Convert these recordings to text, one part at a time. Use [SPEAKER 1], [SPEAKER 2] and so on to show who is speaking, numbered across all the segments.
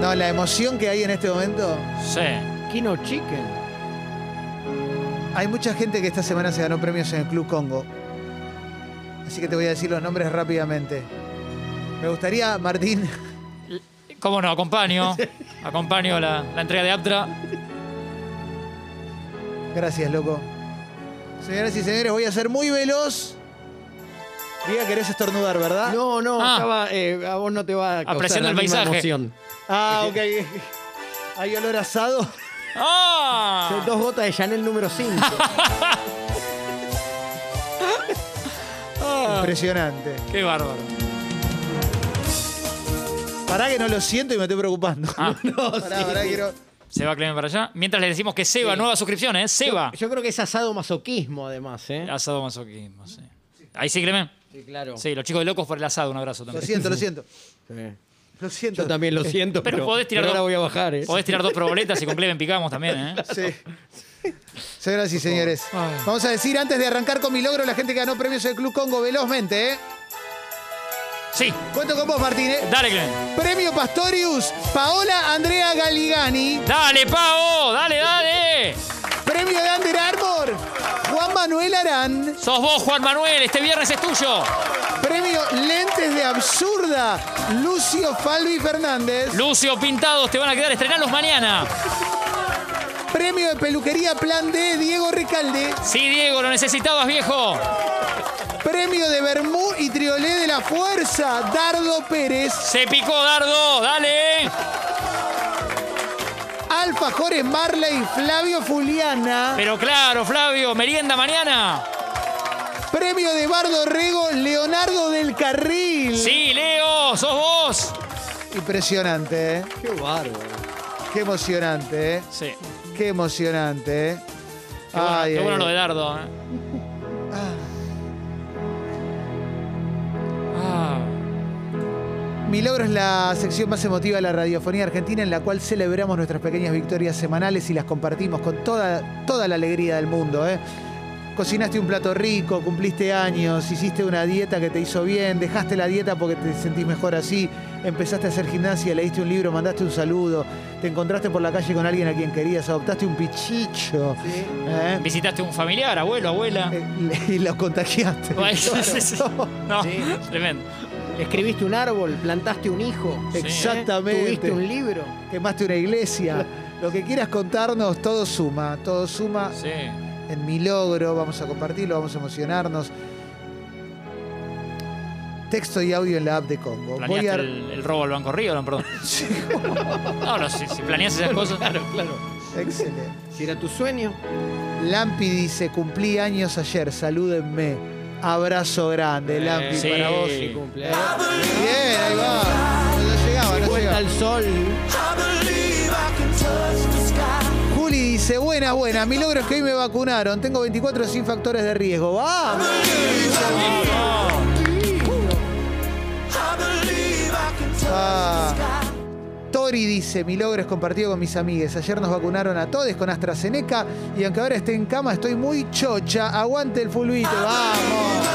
[SPEAKER 1] No, la emoción que hay en este momento.
[SPEAKER 2] Sí.
[SPEAKER 3] Kino Chicken.
[SPEAKER 1] Hay mucha gente que esta semana se ganó premios en el Club Congo. Así que te voy a decir los nombres rápidamente. Me gustaría, Martín,
[SPEAKER 2] ¿Cómo no? Acompaño. Acompaño la, la entrega de Aptra.
[SPEAKER 1] Gracias, loco. Señoras y señores, voy a ser muy veloz. Diga, querés estornudar, ¿verdad?
[SPEAKER 3] No, no,
[SPEAKER 2] Ah.
[SPEAKER 3] estaba, eh, a vos no te va a causar
[SPEAKER 2] Apreciando
[SPEAKER 3] la
[SPEAKER 2] el
[SPEAKER 3] misma
[SPEAKER 2] paisaje.
[SPEAKER 3] emoción.
[SPEAKER 1] Ah, ok. Hay olor a asado.
[SPEAKER 2] ¡Ah!
[SPEAKER 3] Son Dos gotas de Chanel número 5. Ah.
[SPEAKER 1] Impresionante.
[SPEAKER 2] ¡Qué bárbaro!
[SPEAKER 1] Pará que no lo siento y me estoy preocupando.
[SPEAKER 2] Ah.
[SPEAKER 1] pará, pará, quiero-
[SPEAKER 2] Se va Clemen para allá. Mientras le decimos que Seba, nueva suscripción, ¿eh? Seba.
[SPEAKER 3] Yo creo que es asado masoquismo, además, ¿eh?
[SPEAKER 2] Asado masoquismo, sí. Ahí sí, Clemen.
[SPEAKER 3] Sí, claro.
[SPEAKER 2] Ah. Sí, los chicos de Locos por el asado, un abrazo
[SPEAKER 1] Lo
[SPEAKER 2] también.
[SPEAKER 1] siento, lo siento.
[SPEAKER 3] Sí.
[SPEAKER 1] Lo siento.
[SPEAKER 3] Yo también lo siento,
[SPEAKER 2] Pero
[SPEAKER 3] pero,
[SPEAKER 2] podés tirar
[SPEAKER 3] pero ahora
[SPEAKER 2] dos-
[SPEAKER 3] voy a bajar, ¿eh?
[SPEAKER 2] Podés tirar dos proboletas y con Clemen picamos también, ¿eh?
[SPEAKER 1] Sí. Señoras y señores, vamos a decir antes de arrancar con mi logro, la gente que ganó premios del Club Congo velozmente, ¿eh?
[SPEAKER 2] Sí,
[SPEAKER 1] Cuento con vos, Martín, ¿eh?
[SPEAKER 2] dale, Clemen.
[SPEAKER 1] Premio Pastorius, Paola Andrea Galigani.
[SPEAKER 2] ¡Dale, Pavo! ¡Dale, dale!
[SPEAKER 1] Premio de Under Armour, Juan Manuel Arán.
[SPEAKER 2] Sos vos, Juan Manuel. Este viernes es tuyo.
[SPEAKER 1] Premio Lentes de Absurda, Lucio Falvi Fernández.
[SPEAKER 2] Lucio Pintados, te van a quedar estrenalos mañana.
[SPEAKER 1] Premio de Peluquería Plan D, Diego Recalde.
[SPEAKER 2] Sí, Diego, lo necesitabas, viejo.
[SPEAKER 1] Premio de Bermú y Triolé de la Fuerza, Dardo Pérez.
[SPEAKER 2] Se picó, Dardo. Dale.
[SPEAKER 1] Alfajores Marley, Flavio Fuliana.
[SPEAKER 2] Pero claro, Flavio, merienda mañana.
[SPEAKER 1] Premio de Bardo Rego, Leonardo del Carril.
[SPEAKER 2] Sí, Leo, sos vos.
[SPEAKER 1] Impresionante, ¿eh?
[SPEAKER 3] Qué bárbaro.
[SPEAKER 1] Qué emocionante, ¿eh?
[SPEAKER 2] Sí. Qué
[SPEAKER 1] Qué emocionante, ¿eh?
[SPEAKER 2] bueno,
[SPEAKER 1] Ay,
[SPEAKER 2] qué
[SPEAKER 1] ay,
[SPEAKER 2] bueno
[SPEAKER 1] ay.
[SPEAKER 2] lo de Dardo. ¿eh? Ah.
[SPEAKER 1] Mi logro es la sección más emotiva de la radiofonía argentina en la cual celebramos nuestras pequeñas victorias semanales y las compartimos con toda, toda la alegría del mundo. ¿eh? Cocinaste un plato rico, cumpliste años, hiciste una dieta que te hizo bien, dejaste la dieta porque te sentís mejor así, empezaste a hacer gimnasia, leíste un libro, mandaste un saludo, te encontraste por la calle con alguien a quien querías, adoptaste un pichicho ¿eh?
[SPEAKER 2] Visitaste un familiar, abuelo, abuela.
[SPEAKER 1] Eh, y lo contagiaste.
[SPEAKER 2] Ay, sí, sí, sí. No,
[SPEAKER 3] Ah. Sí. ¿eh?
[SPEAKER 2] tremendo.
[SPEAKER 3] Escribiste un árbol, plantaste un hijo.
[SPEAKER 2] Sí.
[SPEAKER 1] Exactamente.
[SPEAKER 3] Tuviste un libro.
[SPEAKER 1] quemaste una iglesia. Lo que quieras contarnos, todo suma, todo suma
[SPEAKER 2] Sí.
[SPEAKER 1] en mi logro, vamos a compartirlo, vamos a emocionarnos. Texto y audio en la app de Congo. Voy
[SPEAKER 2] Planeaste
[SPEAKER 1] a...
[SPEAKER 2] el, el robo al Banco Río, no, perdón.
[SPEAKER 1] Sí,
[SPEAKER 2] No, no, si, si planeas esas cosas.
[SPEAKER 3] claro.
[SPEAKER 1] excelente.
[SPEAKER 3] Si era tu sueño.
[SPEAKER 1] Lampi dice, cumplí años ayer, salúdenme. Abrazo grande, Lampi,
[SPEAKER 2] sí.
[SPEAKER 1] para vos.
[SPEAKER 2] Sí. Ah,
[SPEAKER 3] cumpleaños.
[SPEAKER 1] Bien, ahí va. No llegaba, no
[SPEAKER 3] Vuelta
[SPEAKER 1] llegaba.
[SPEAKER 3] al sol.
[SPEAKER 1] Juli dice, buena, buena, mi logro es que hoy me vacunaron, tengo 24 sin factores de riesgo. ¡Vamos! Ah. Tori dice, mi logro es compartido con mis amigues. Ayer nos vacunaron a todos con AstraZeneca y aunque ahora esté en cama estoy muy chocha. Aguante el fulbito. ¡Vamos!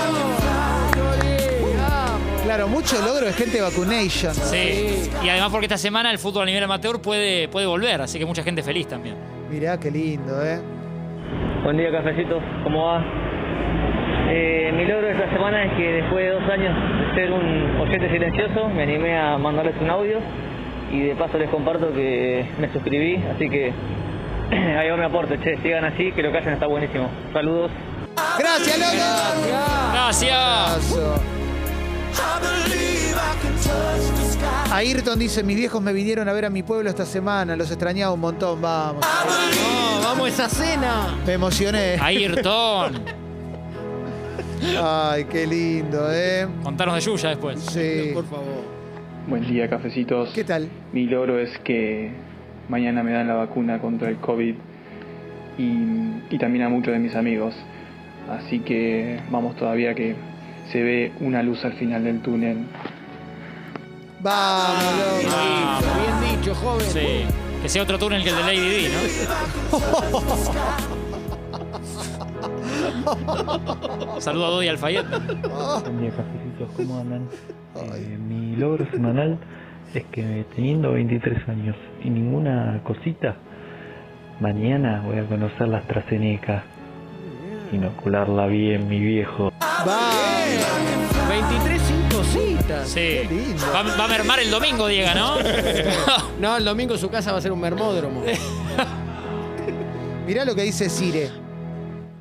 [SPEAKER 1] Claro, mucho logro de gente vacunation.
[SPEAKER 2] Sí. Y además porque esta semana el fútbol a nivel amateur puede, puede volver, así que mucha gente feliz también.
[SPEAKER 1] Mirá qué lindo, ¿eh?
[SPEAKER 4] Buen día, cafecito. ¿Cómo va? Eh, mi logro esta semana es que después de dos años de ser un oyente silencioso, me animé a mandarles un audio y de paso les comparto que me suscribí, así que ahí va mi aporte, che, sigan así, que lo que hacen está buenísimo. Saludos.
[SPEAKER 1] ¡Gracias, logro!
[SPEAKER 2] Gracias.
[SPEAKER 1] Abrazo. Ayrton dice, mis viejos me vinieron a ver a mi pueblo esta semana, los extrañaba un montón, vamos.
[SPEAKER 3] No, Ah, vamos a esa cena.
[SPEAKER 1] Me emocioné.
[SPEAKER 2] Ayrton.
[SPEAKER 1] Ay, qué lindo, ¿eh?
[SPEAKER 2] Contanos de Yuya después.
[SPEAKER 1] Sí.
[SPEAKER 3] Por favor.
[SPEAKER 5] Buen día, cafecitos.
[SPEAKER 1] ¿Qué tal?
[SPEAKER 5] Mi logro es que mañana me dan la vacuna contra el COVID y, y también a muchos de mis amigos. Así que vamos todavía que se ve una luz al final del túnel.
[SPEAKER 1] Vamos, loco.
[SPEAKER 2] Vamos.
[SPEAKER 3] Bien dicho, joven.
[SPEAKER 2] Sí. Que sea otro túnel que el de Lady Di, ¿no? Saludo a Dodi Alfayet.
[SPEAKER 6] Buen día, cafecitos, ¿cómo andan? Eh, mi logro semanal es que teniendo 23 años y ninguna cosita, mañana voy a conocer la AstraZeneca, inocularla bien, mi viejo.
[SPEAKER 3] 23 sin cositas.
[SPEAKER 2] Sí.
[SPEAKER 1] lindo.
[SPEAKER 2] Va, va a mermar el domingo, Diego, ¿no?
[SPEAKER 3] No, el domingo su casa va a ser un mermódromo.
[SPEAKER 1] Mirá lo que dice Cire.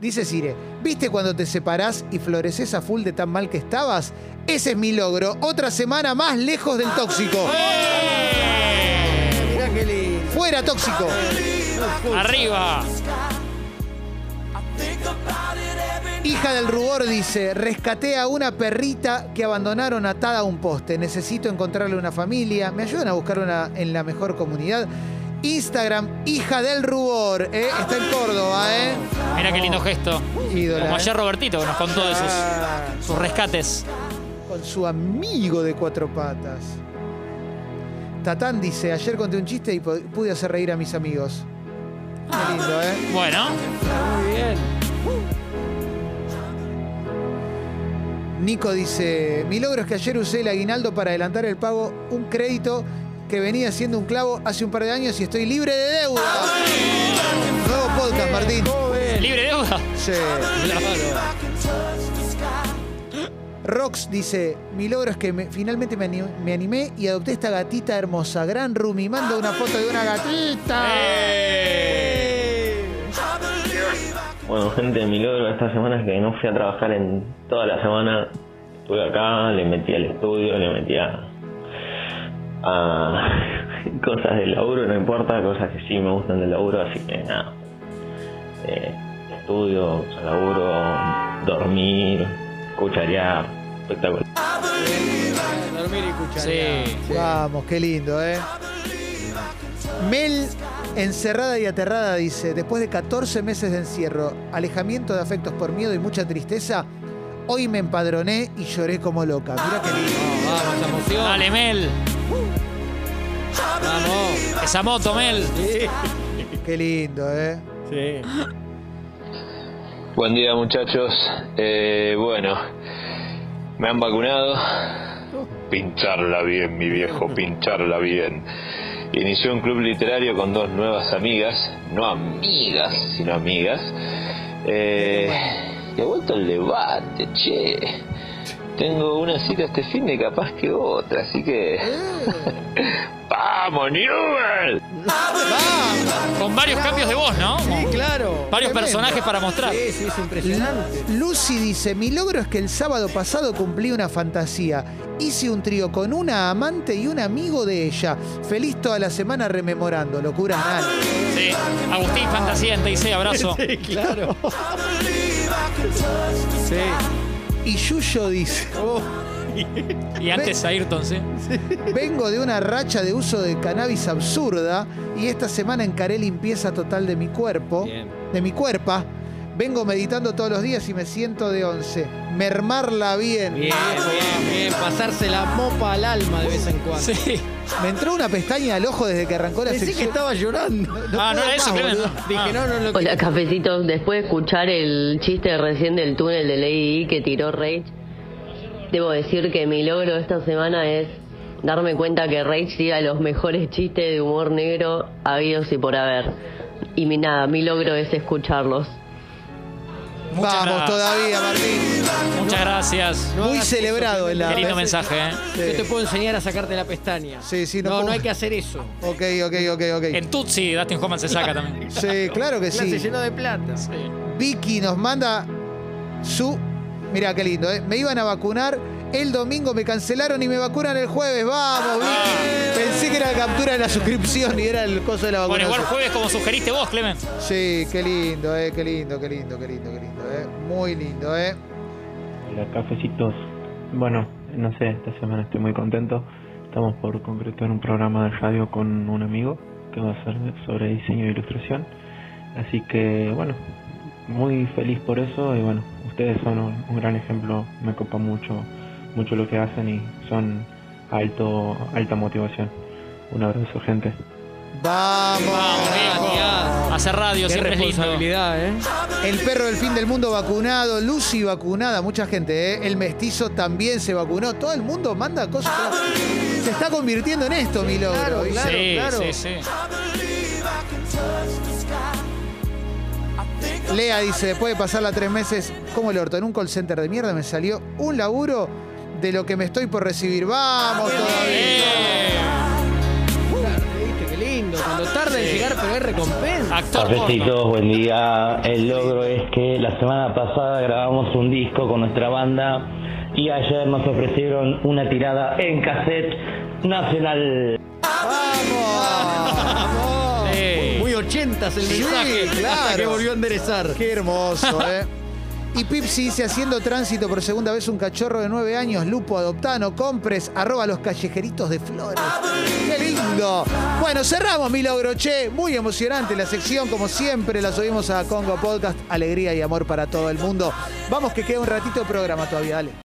[SPEAKER 1] Dice Cire, ¿viste cuando te separás y floreces a full de tan mal que estabas? Ese es mi logro. Otra semana más lejos del tóxico.
[SPEAKER 3] Mirá qué lindo.
[SPEAKER 1] Fuera tóxico.
[SPEAKER 2] Arriba.
[SPEAKER 1] Hija del rubor dice, rescaté a una perrita que abandonaron atada a un poste. Necesito encontrarle una familia. ¿Me ayudan a buscar una en la mejor comunidad? Instagram, hija del rubor. ¿eh? Está en Córdoba, ¿eh?
[SPEAKER 2] Mira qué lindo gesto.
[SPEAKER 1] Ídola,
[SPEAKER 2] Como
[SPEAKER 1] ¿eh?
[SPEAKER 2] ayer Robertito que nos contó de sus, sus rescates.
[SPEAKER 1] con su amigo de cuatro patas. Tatán dice, ayer conté un chiste y po- pude hacer reír a mis amigos. Qué lindo, ¿eh?
[SPEAKER 2] Bueno,
[SPEAKER 3] Muy bien.
[SPEAKER 1] Nico dice, mi logro es que ayer usé el aguinaldo para adelantar el pago un crédito que venía siendo un clavo hace un par de años y estoy libre de deuda. Nuevo podcast, Martín.
[SPEAKER 2] libre deuda.
[SPEAKER 1] Sí. Rox dice, mi logro es que me- finalmente me, ani- me animé y adopté esta gatita hermosa. Gran Rumi, manda una foto de una gatita.
[SPEAKER 7] Bueno, gente, mi logro esta semana es que no fui a trabajar en toda la semana. Estuve acá, le metí al estudio, le metí a, a cosas del laburo, no importa, cosas que sí me gustan del laburo, así que nada. Eh, estudio, laburo, dormir, cucharear, espectacular.
[SPEAKER 3] Dormir y escuchar.
[SPEAKER 2] Sí.
[SPEAKER 1] Vamos, qué lindo, ¿eh? Mel, encerrada y aterrada, dice, después de 14 meses de encierro, alejamiento de afectos por miedo y mucha tristeza, hoy me empadroné y lloré como loca. Mirá qué lindo.
[SPEAKER 3] Vamos, emoción.
[SPEAKER 2] Dale, Mel.
[SPEAKER 3] Vamos.
[SPEAKER 2] Esa moto, Mel.
[SPEAKER 1] Qué lindo, ¿eh?
[SPEAKER 3] Sí.
[SPEAKER 8] Buen día muchachos. Eh, bueno, me han vacunado. Pincharla bien, mi viejo, pincharla bien. Inició un club literario con dos nuevas amigas, no amigas, sino amigas. Eh, y ha vuelto el debate, che. Tengo una cita este fin de capaz que otra, así que... ¡Vamos, Newell!
[SPEAKER 2] Con varios cambios de voz, ¿no?
[SPEAKER 3] Sí, claro.
[SPEAKER 2] Varios personajes para mostrar.
[SPEAKER 3] Sí, sí, es impresionante.
[SPEAKER 1] Lucy dice, mi logro es que el sábado pasado cumplí una fantasía. Hice un trío con una amante y un amigo de ella. Feliz toda la semana rememorando. Locura anal.
[SPEAKER 2] Sí. Agustín Fantasía en TIC, abrazo.
[SPEAKER 3] Sí, claro. Sí.
[SPEAKER 1] Y Yuyo dice...
[SPEAKER 3] Oh,
[SPEAKER 2] Y antes Ayrton, sí.
[SPEAKER 1] Vengo de una racha de uso de cannabis absurda y esta semana encaré limpieza total de mi cuerpo,
[SPEAKER 3] Bien.
[SPEAKER 1] de mi cuerpo. Vengo meditando todos los días y me siento de once. Mermarla bien.
[SPEAKER 3] bien, bien, bien. Pasarse la mopa al alma de vez en cuando.
[SPEAKER 2] Sí.
[SPEAKER 1] Me entró una pestaña al ojo desde que arrancó la
[SPEAKER 3] Pensé que
[SPEAKER 1] sección.
[SPEAKER 3] estaba llorando.
[SPEAKER 2] Ah, no
[SPEAKER 3] puedo
[SPEAKER 2] era eso,
[SPEAKER 3] más,
[SPEAKER 2] Clemen,
[SPEAKER 3] boludo.
[SPEAKER 2] no.
[SPEAKER 3] Dije,
[SPEAKER 2] Ah.
[SPEAKER 3] no, no, lo que.
[SPEAKER 9] Hola, cafecitos. Después de escuchar el chiste recién del túnel de Lady Di que tiró Rage, debo decir que mi logro esta semana es darme cuenta que Rage tira los mejores chistes de humor negro habidos y por haber. Y mi, nada, mi logro es escucharlos.
[SPEAKER 2] Muchas
[SPEAKER 1] Vamos
[SPEAKER 2] gracias.
[SPEAKER 1] todavía, Martín.
[SPEAKER 2] Muchas gracias.
[SPEAKER 3] No
[SPEAKER 1] Muy
[SPEAKER 3] hagas
[SPEAKER 1] celebrado
[SPEAKER 3] eso,
[SPEAKER 1] el
[SPEAKER 2] Qué lindo
[SPEAKER 1] lado.
[SPEAKER 2] mensaje, ¿eh?
[SPEAKER 1] Sí.
[SPEAKER 3] Yo te puedo enseñar a sacarte la pestaña.
[SPEAKER 1] Sí, sí, no
[SPEAKER 3] no. No,
[SPEAKER 1] puedo-
[SPEAKER 3] hay que hacer eso.
[SPEAKER 1] Ok, ok, ok, ok.
[SPEAKER 2] En Tutsi, Dustin Hoffman se saca también.
[SPEAKER 1] Sí, claro que
[SPEAKER 3] La se
[SPEAKER 1] sí.
[SPEAKER 3] llenó de plata.
[SPEAKER 1] Vicky nos manda su. Mirá qué lindo, ¿eh? Me iban a vacunar el domingo, me cancelaron y me vacunan el jueves. Vamos, Vicky. Pensé que era la captura de la suscripción y era el coso de la
[SPEAKER 2] Ah. Bueno, igual
[SPEAKER 1] vacunación.
[SPEAKER 2] jueves como sugeriste vos, Clemen.
[SPEAKER 1] Sí, qué lindo, ¿eh? Qué lindo, qué lindo, qué lindo, qué lindo, ¿eh? Muy lindo, ¿eh?
[SPEAKER 6] Hola, cafecitos. Bueno, no sé, esta semana estoy muy contento. Estamos por concretar un programa de radio con un amigo que va a ser sobre diseño e ilustración. Así que, bueno, muy feliz por eso y bueno, ustedes son un, un gran ejemplo. Me copa mucho, mucho lo que hacen y son alto, alta motivación. Un abrazo, gente.
[SPEAKER 1] Vamos.
[SPEAKER 2] Vamos, ah. viejo. Hacer radio,
[SPEAKER 3] Ah, Qué
[SPEAKER 2] siempre es lindo.
[SPEAKER 3] responsabilidad, ¿eh?
[SPEAKER 1] El perro del fin del mundo vacunado, Lucy vacunada, mucha gente, ¿eh? El mestizo también se vacunó. Todo el mundo manda cosas. Se está convirtiendo en esto, Milogro.
[SPEAKER 3] Claro,
[SPEAKER 1] Y-
[SPEAKER 3] claro.
[SPEAKER 2] sí, sí, sí.
[SPEAKER 1] Lea dice, después de pasarla tres meses, como el orto, en un call center de mierda me salió un laburo de lo que me estoy por recibir. Vamos todavía.
[SPEAKER 2] Eh,
[SPEAKER 3] Viste qué lindo. Cuando tarda en llegar, pero hay recompensa.
[SPEAKER 2] actor porno.
[SPEAKER 7] Cafecitos, buen día. El logro es que la semana pasada grabamos un disco con nuestra banda y ayer nos ofrecieron una tirada en cassette nacional.
[SPEAKER 1] Vamos.
[SPEAKER 2] Eh,
[SPEAKER 3] Muy ochentas el
[SPEAKER 2] Sí,
[SPEAKER 3] mensaje. Hasta
[SPEAKER 1] claro.
[SPEAKER 3] que volvió a enderezar.
[SPEAKER 1] Qué hermoso, ¿eh? Y Pipsi dice, haciendo tránsito por segunda vez un cachorro de nueve años, Lupo Adoptano, compres, arroba los callejeritos de flores. ¡Qué lindo! Bueno, cerramos mi logro, che. Muy emocionante la sección, como siempre, la subimos a Congo Podcast. Alegría y amor para todo el mundo. Vamos que queda un ratito de programa todavía, dale.